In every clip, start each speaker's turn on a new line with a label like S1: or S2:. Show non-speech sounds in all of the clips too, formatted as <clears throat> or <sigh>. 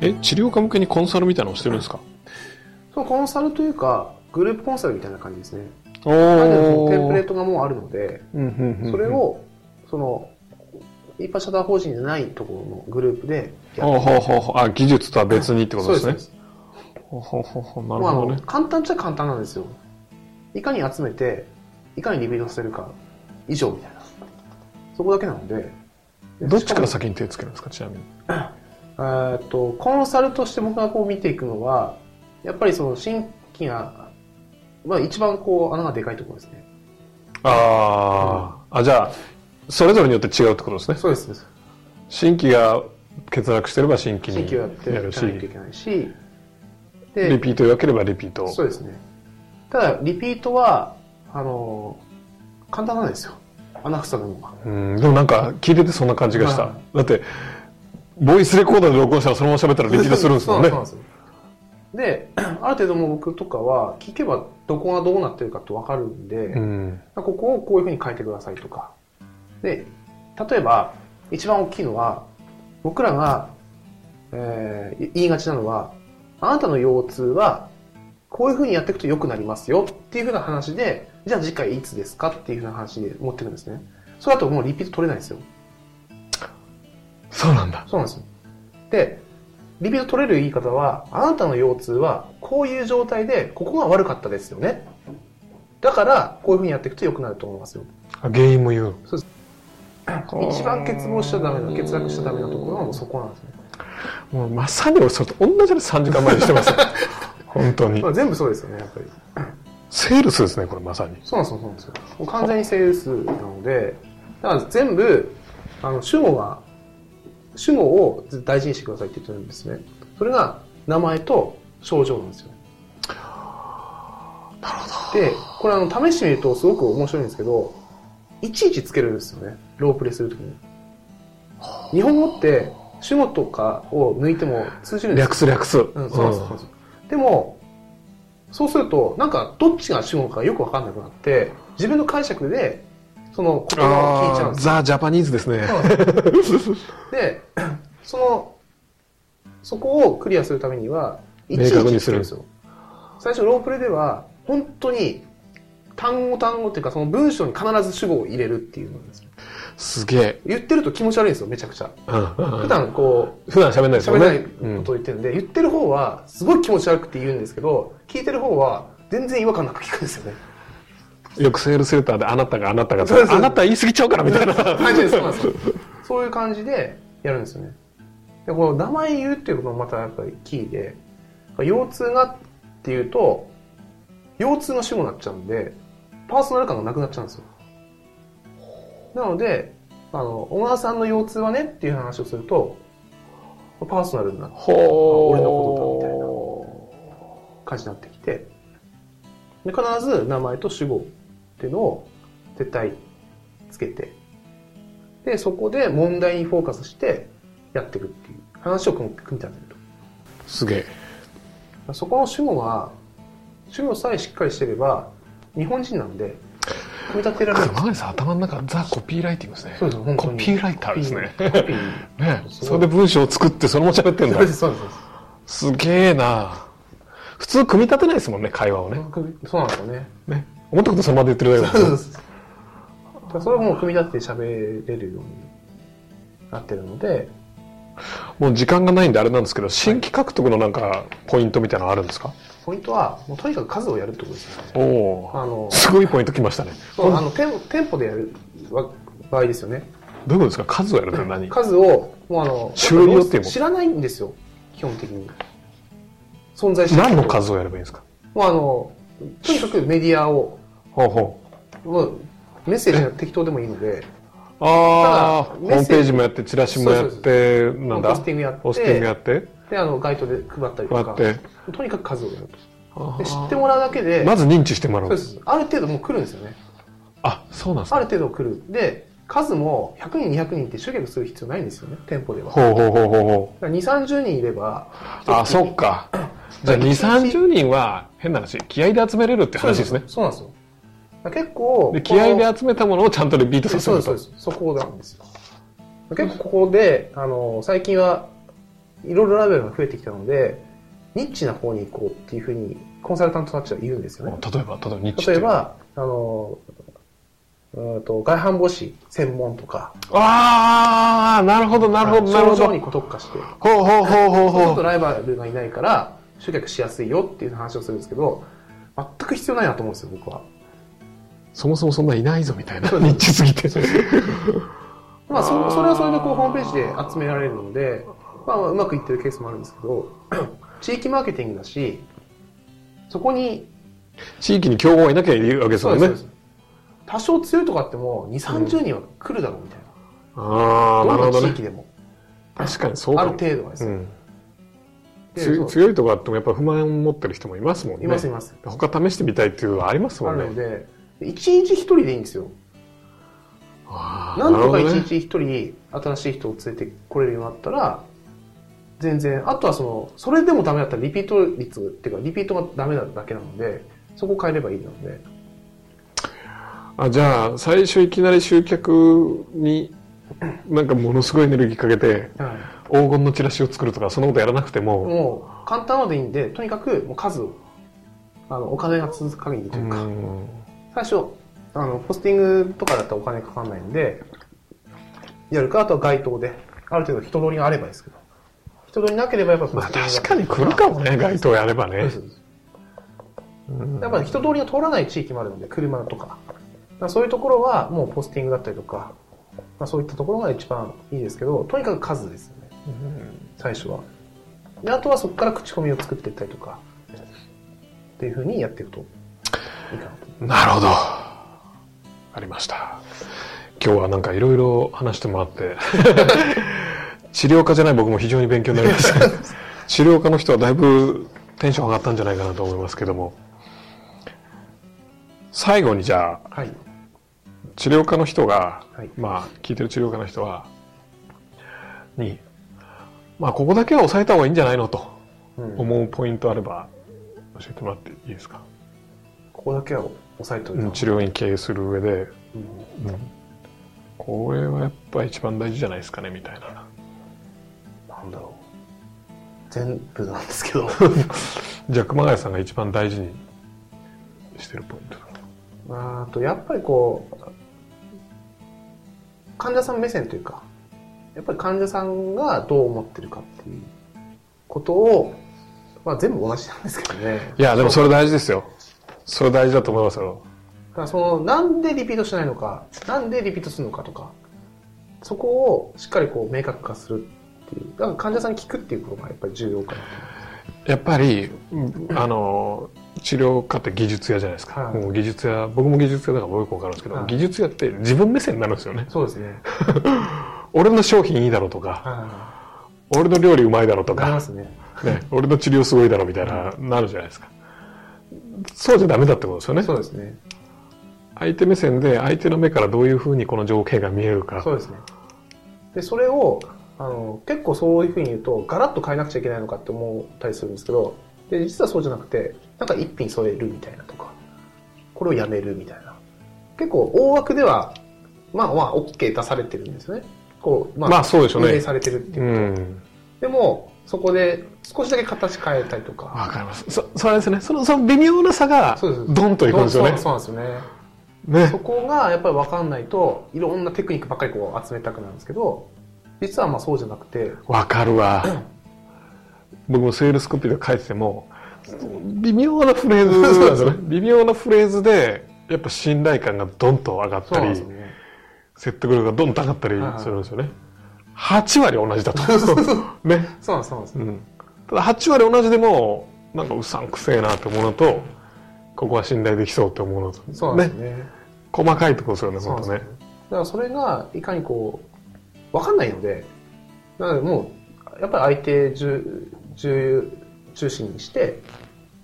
S1: え、治療家向けにコンサルみたいなのをしてるんですか
S2: そのコンサルというか、グループコンサルみたいな感じですね。
S1: お
S2: ある程度そのテンプレー
S1: ー。
S2: トがもうあるので、
S1: うんうんうん
S2: それ、を、その、一般社団法人じゃないところのグループで
S1: あほうほうほうあ、技術とは別にってことです
S2: そう
S1: ね
S2: で。す。
S1: ほうほうほうほうなる
S2: もうあ
S1: ほど
S2: の
S1: ね。
S2: 簡単っちゃ簡単なんですよ。いかに集めて、いかにリピートさせるか、以上みたいな。そこだけなので。で
S1: どっちから
S2: し
S1: 先に手をつけるんですか、ちなみに。
S2: もえーっと、コンサルとして僕がこう見ていくのは、やっぱりその新規が、まあ一番こう穴がでかいところですね。
S1: ああ、あ、じゃあ、それぞれによって違うってことですね。
S2: そうです。
S1: 新規が欠落してれば新規
S2: 新
S1: に
S2: 規をやってい
S1: や
S2: か
S1: る
S2: ない
S1: し、
S2: とい
S1: リ
S2: けないし、で、
S1: ピート良ければリピート。
S2: そうですね。ただ、リピートは、あの、簡単なんですよ。穴塞ぐのは。
S1: うん、でもなんか聞いててそんな感じがした
S2: は。
S1: だって、ボイスレコーダーで録音したらそのまま喋ったらリピートするんですもんね
S2: そう。なんですよ。で、 <clears throat> ある程度もう僕とかは、聞けばどこがどうなってるかってわかるんで、
S1: うん。
S2: ここをこういうふうに変えてくださいとか。で、例えば、一番大きいのは、僕らが、えー言いがちなのは、あなたの腰痛は、こういうふうにやっていくと良くなりますよっていうふうな話で、じゃあ次回いつですかっていうふうな話で持ってくんですね。それだともうリピート取れないんですよ。
S1: そうなんだ。
S2: そうなんですよ。で、リピート取れる言い方は、あなたの腰痛はこういう状態で、ここが悪かったですよね。だから、こういうふうにやっていくと良くなると思いますよ。
S1: あ原因も言うの。
S2: 一番欠乏しちゃダメな、欠落しちゃダメなところはもうそこなんですね。
S1: もうまさに俺それと同じで3時間前にしてます
S2: <laughs>
S1: よ。本当に
S2: ま。あ、全部そうですよね、やっぱり。
S1: セールスですね、これまさに。
S2: そうなんですよ、そうなんですよ。もう完全にセールスなので、だから全部、あの、主語が、主語を大事にしてくださいって言ってるんですね。それが、名前と症状なんですよ。なるほど。で、これあの、試してみるとすごく面白いんですけど、いちいちつけるんですよね。ロープレするときに。日本語って、主語とかを抜いても通じるんですよ
S1: 略す略す。
S2: うん、そうなんですそうなんですでも、そうすると、なんかどっちが主語かよくわかんなくなって、自分の解釈で、その言葉を聞いちゃう
S1: ああ、
S2: んですよ
S1: ザ・ジャパニーズですね。
S2: で、その、そこをクリアするためには、いちい
S1: 明確に
S2: ちつけ
S1: す
S2: る
S1: る
S2: んですよ。最初、ロープレでは、本当に、単語単語っていうか、その文章に必ず主語を入れるっていうのなんですよ。
S1: すげえ。
S2: 言ってると気持ち悪いんですよ、めちゃくちゃ。
S1: うんうん
S2: 普段こう、
S1: 普段喋んないです
S2: 喋
S1: も
S2: れ
S1: んね。
S2: ないことを言ってるんで、言ってる方はすごい気持ち悪くて言うんですけど聞いてる方は全然違和感なく聞くんですよね
S1: うんよくセールスレターであなたがあなたがって
S2: そうそうそう
S1: あなた言い過ぎちゃうからみたいな。
S2: 感じですそうなんですよそういう感じでやるんですよねでこの名前言うっていうこともまたやっぱりキーで腰痛がっていうと腰痛の主語になっちゃうんでパーソナル感がなくなっちゃうんですよなのであの小川さんの腰痛はねっていう話をするとパーソナルになって
S1: ほ
S2: 俺の感じになってきて、で必ず名前と主語っていうのを絶対つけて、で、そこで問題にフォーカスしてやっていくっていう話を組み組み立てる
S1: すげえ。
S2: と。そこの主語は、主語さえしっかりしてれば、日本人なんで、組み立てられるんで
S1: 熊
S2: す
S1: 谷さん頭の中ザ・コピーライティングですね。
S2: そうです本当
S1: コ
S2: に
S1: ピーライターですね。
S2: コピーコピー
S1: ね
S2: そう
S1: それで文章を作ってそのまま喋ってん
S2: そうで
S1: だ。
S2: す、そうです。そうです
S1: すげえな普通組み立てないですもんね、会話をね。
S2: そうなんですよね。
S1: ね思ったことそのままで言ってるだけだも
S2: そうんで
S1: ね
S2: す。だからそれをもう組み立てて喋れるようになってるので、
S1: もう時間がないんであれなんですけど、新規獲得のなんかポイントみたいなのあるんですか
S2: ポイントは、もうとにかく数をやるってことですよね。
S1: おおー。
S2: あの、
S1: すごいポイントきましたね。
S2: そうあの店店舗でやるわ場合ですよね。
S1: どういうことですか数をやるって何
S2: 数を、もうあの、
S1: 種類によっても
S2: 知らないんですよ、基本的に。存在してる
S1: 何の数をやればいいんですか
S2: もうあの、とにかくメディアを、
S1: ほうほう。
S2: もうメッセージが適当でもいいので、
S1: ああ、
S2: ただ
S1: ホ
S2: メッセージ
S1: ームページもやって、チラシもやっ
S2: そう
S1: て、なんだ
S2: ポスティングやって
S1: ポスティングやって、
S2: で、あの、街頭で配ったりと
S1: こ
S2: か、
S1: うやって。
S2: とにかく数をやると。で、知って
S1: あ
S2: もらうだけで、
S1: ーまず認知してもら
S2: そううで。す。ある程度もう来るんですよね。
S1: あ、そうなんです
S2: あ
S1: か
S2: る程度来る。で、数も100人、200人って集客する必要ないんですよね、店舗では。
S1: ほうほうほうほうほ
S2: だから2、30人いれば、
S1: う。あ、そっ
S2: <laughs>
S1: か。じゃあ、2、30人は、変な話、気合で集めれるって話ですね。
S2: そうなんですよ。だから結構、
S1: で気合
S2: この
S1: で集めたものをちゃんとリピートさせ
S2: そう
S1: る
S2: です、そう
S1: と
S2: で。す。そこなんですよ。結構ここで、あの、最近は、いろいろラベルが増えてきたので、ニッチな方に行こうっていうふうに、コンサルタントたちはいるんですよね。
S1: 例えば、例えば、日中。
S2: 例え、ば、あの、うーんと外反母趾専門とか、
S1: ああ、なるほど、なるほど、なるほ
S2: 症
S1: ど
S2: 状。に特化して、
S1: ほうほうほうほう
S2: そうする
S1: ほ
S2: と
S1: う。
S2: ライバルがいないから集客しやすいよっていう話をするんですけど、全く必要ないなと思うんですよ、僕は。
S1: そもそもそんないないぞみたいな。ニッチすぎて。
S2: まあ、そそれはそれでこうホームページで集められるので、まあ、うまくいってるケースもあるんですけど、 <clears throat> 地域マーケティングだし、そこに、
S1: 地域に競合がいなきゃいるわけですもんね
S2: そう。です多少強いとかあっても、2、30人は来るだろうみたい
S1: ああ、
S2: な。
S1: なるほ
S2: ど
S1: ど
S2: んな
S1: ね。
S2: 地域でも。
S1: 確かにそう
S2: あ
S1: か
S2: る
S1: も。
S2: 程度はです
S1: う
S2: ね。
S1: ん。
S2: で
S1: つ
S2: そう
S1: 強いとこあってもやっぱ不満を持ってる人もいますもんね。
S2: いますいます。
S1: 他試してみたいっていうのはあります
S2: あ
S1: もん
S2: るの
S1: ね。
S2: で、1日1人でいいんですよ。
S1: あー
S2: なんとか
S1: なるほどね
S2: 1日1人新しい人を連れてこれるようになったら、全然、あとはその、それでもダメだったらリピート率っていうか、リピートがダメなだけなので、そこ変えればいいので、
S1: あじゃあ最初いきなり集客になんかものすごいエネルギーかけて黄金のチラシを作るとかそんなことやらなくても、
S2: もう簡単なのでいいんで、とにかくもう数を、あの、お金が続く限りと
S1: う
S2: いうか、
S1: ん、
S2: 最初、あの、ポスティングとかだったらお金かかんないんで、やるか、あとは街頭で、ある程度人通りがあればですけど、人通りなければやっぱポ
S1: まあ
S2: スティング
S1: 確
S2: だ
S1: かに来るかもね街頭やればね
S2: そうですやっぱり人通りが通らない地域もあるので、車とか。だからそういうところは、もうポスティングだったりとか、まあ、そういったところが一番いいですけど、とにかく数ですよね、最初は。で、あとはそこから口コミを作っていったりとか、っていうふうにやっていくといいかな
S1: な
S2: と。
S1: るほどありました今日はなんかいろいろ話してもらって <laughs> 治療家じゃない僕も非常に勉強になりました治療家の人はだいぶテンション上がったんじゃないかなと思いますけども最後にじゃあ
S2: はい。
S1: 治療家の人が、
S2: はい
S1: まあ聞いてる治療家の人はに、まあ、ここだけは抑えた方がいいんじゃないのと
S2: うん
S1: 思うポイントあれば教えてもらっていいですか、
S2: ここだけは押さえておいた
S1: うん
S2: 方が
S1: 治療院経営する上で、
S2: うん
S1: うんこれはやっぱ一番大事じゃないですかねみたいな
S2: なんだろう。全部なんですけ <laughs> ど。
S1: じゃあ熊谷さんが一番大事にしてるポイント
S2: あとやっぱりこう患者さん目線というかやっぱり患者さんがどう思ってるかっていうことを、まあ、全部同じなんですけどね
S1: いやでもそれ大事ですよそれ大事だと思いますよ
S2: だからそのなんでリピートしないのかなんでリピートするのかとかそこをしっかりこう明確化するっていうだから患者さんに聞くっていうことがやっぱり重要かな
S1: やっぱり、うんあの治療家って技術屋じゃないですか、
S2: はい
S1: もう技術屋僕も技術屋だから僕よく分かるんですけど、
S2: はい
S1: 技術屋って自分目線になるんですよね
S2: そうですね
S1: 俺の商品いいだろうとか
S2: あ
S1: 俺の料理うまいだろうと
S2: なりま
S1: か、
S2: すね
S1: ね、俺の治療すごいだろうみたいな、なるじゃないですかそうじゃダメだってことですよね
S2: そうですね
S1: 相手目線で相手の目からどういうふうにこの情景が見えるか
S2: そうですね。で、それを、あの、結構そういうふうに言うと、ガラッと変えなくちゃいけないのかって思ったりするんですけど、で、実はそうじゃなくて、なんか一品添えるみたいなとか、これをやめるみたいな。結構大枠では、まあまあ、OK 出されてるんですよね。こう、ま
S1: まあそうでしょうね
S2: 運営されてるっていうう。
S1: ん
S2: でも、そこで少しだけ形変えたりとか。
S1: わかりますそそれですねそのその微妙な差が
S2: そうです
S1: ドンといくんですよね
S2: そうそうなんですよね。
S1: ね
S2: そこがやっぱり分かんないと、いろんなテクニックばっかりこう集めたくなるんですけど、実はまあそうじゃなくて、
S1: わかるわ。僕もセールスコピーで書いてても、微妙なフレーズなん
S2: <laughs>
S1: ですよね。微妙なフレーズで、やっぱ信頼感がドンと上がっ
S2: そう
S1: た
S2: なんで
S1: り
S2: す、よね。
S1: 説得力がドンと上がったり
S2: はいはい
S1: するんですよね。8割同じ
S2: <laughs>
S1: だと。ね。
S2: そうなんです、そうなんです。
S1: うんただ8割同じでも、なんかうさんくせえなって思うのと、ここは信頼できそうって思うのと。
S2: そうなんですよね。
S1: 細かいところですよね、
S2: そう
S1: 本
S2: なん
S1: 当
S2: です
S1: ね
S2: よ。ね。だからそれがいかにこう、わかんないので、なのでもう、やっぱり相手重、重、重視にして、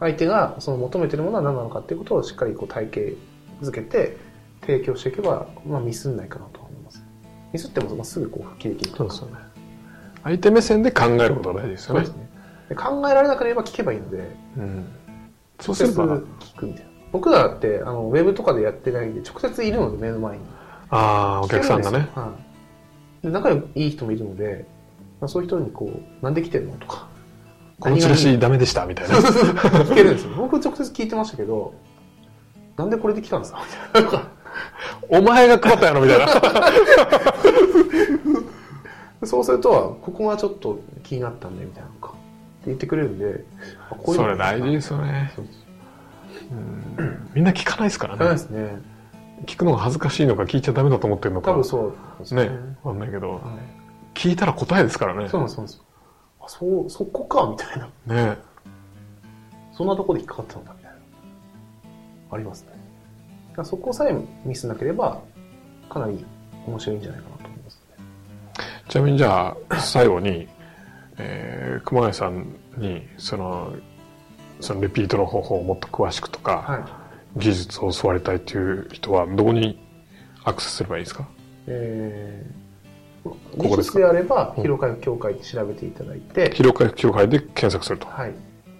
S2: 相手がその求めてるものは何なのかっていうことをしっかりこう体系づけて提供していけば、まあミスんないかなと思います。ミスってもまあすぐこう復帰できると
S1: そ
S2: いうか
S1: ですよね。相手目線で考えることが大事です
S2: そう
S1: よ
S2: で
S1: ね
S2: す。ね。で考えられなければ聞けばいいので、
S1: うんそ
S2: 直
S1: うす
S2: 接
S1: れば、
S2: 聞くみたいな。僕らだって、あの、ウェブとかでやってないんで、直接いるので、目の前に。
S1: ああ、お客さんがね。
S2: はいで仲良いい人もいるので、まあ、そういう人にこう、なんで来てんのとか。
S1: このチラシダメでしたみたいな
S2: そうそうそう聞けるんですよ。僕直接聞いてましたけど、なんでこれで来たんですかみたいな。なんか
S1: お前が配ったやろみたい
S2: <laughs>
S1: な
S2: そうすると、ここがちょっと気になったんで、みたいなのか。って言ってくれるんで、あこういう
S1: そ
S2: の
S1: れ大事ですよね
S2: そう
S1: うんみんな聞かないですから
S2: そうで
S1: ね
S2: すね。
S1: 聞くのが恥ずかしいのか聞いちゃダメだと思ってるのか
S2: 多分そうなんですよ
S1: ねわかんないけど
S2: は
S1: 聞いたら答えですからね
S2: いそうなんです、そうなんです。あ、そう、そこか、みたいな。
S1: ね
S2: そんなとこで引っかかったんだ、みたいな。ありますね。だからそこさえミスなければ、かなり面白いんじゃないかなと思いますね。
S1: ちなみにじゃあ最後に、えー熊谷さんにそのそのレピートの方法をもっと詳しくとか、
S2: はい。
S1: 技術を教わりたいという人はどこにアクセスすればいいですか
S2: えー、
S1: こ
S2: こ
S1: こ
S2: こ
S1: で
S2: です
S1: か
S2: であれば、
S1: うん
S2: 広会協会で調べていただいて、
S1: 疲労回復協会で検索すると
S2: はい。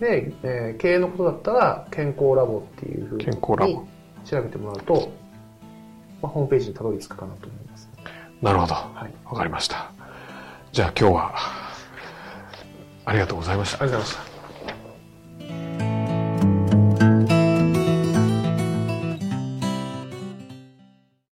S2: で、えー経営のことだったら、健康ラボっていうふうに
S1: 健康ラボ
S2: 調べてもらうと、まあ、ホームページにたどり着くかなと思います。
S1: なるほど
S2: はい。
S1: わかりましたじゃあ今日はありがとうございました
S2: ありがとうございました。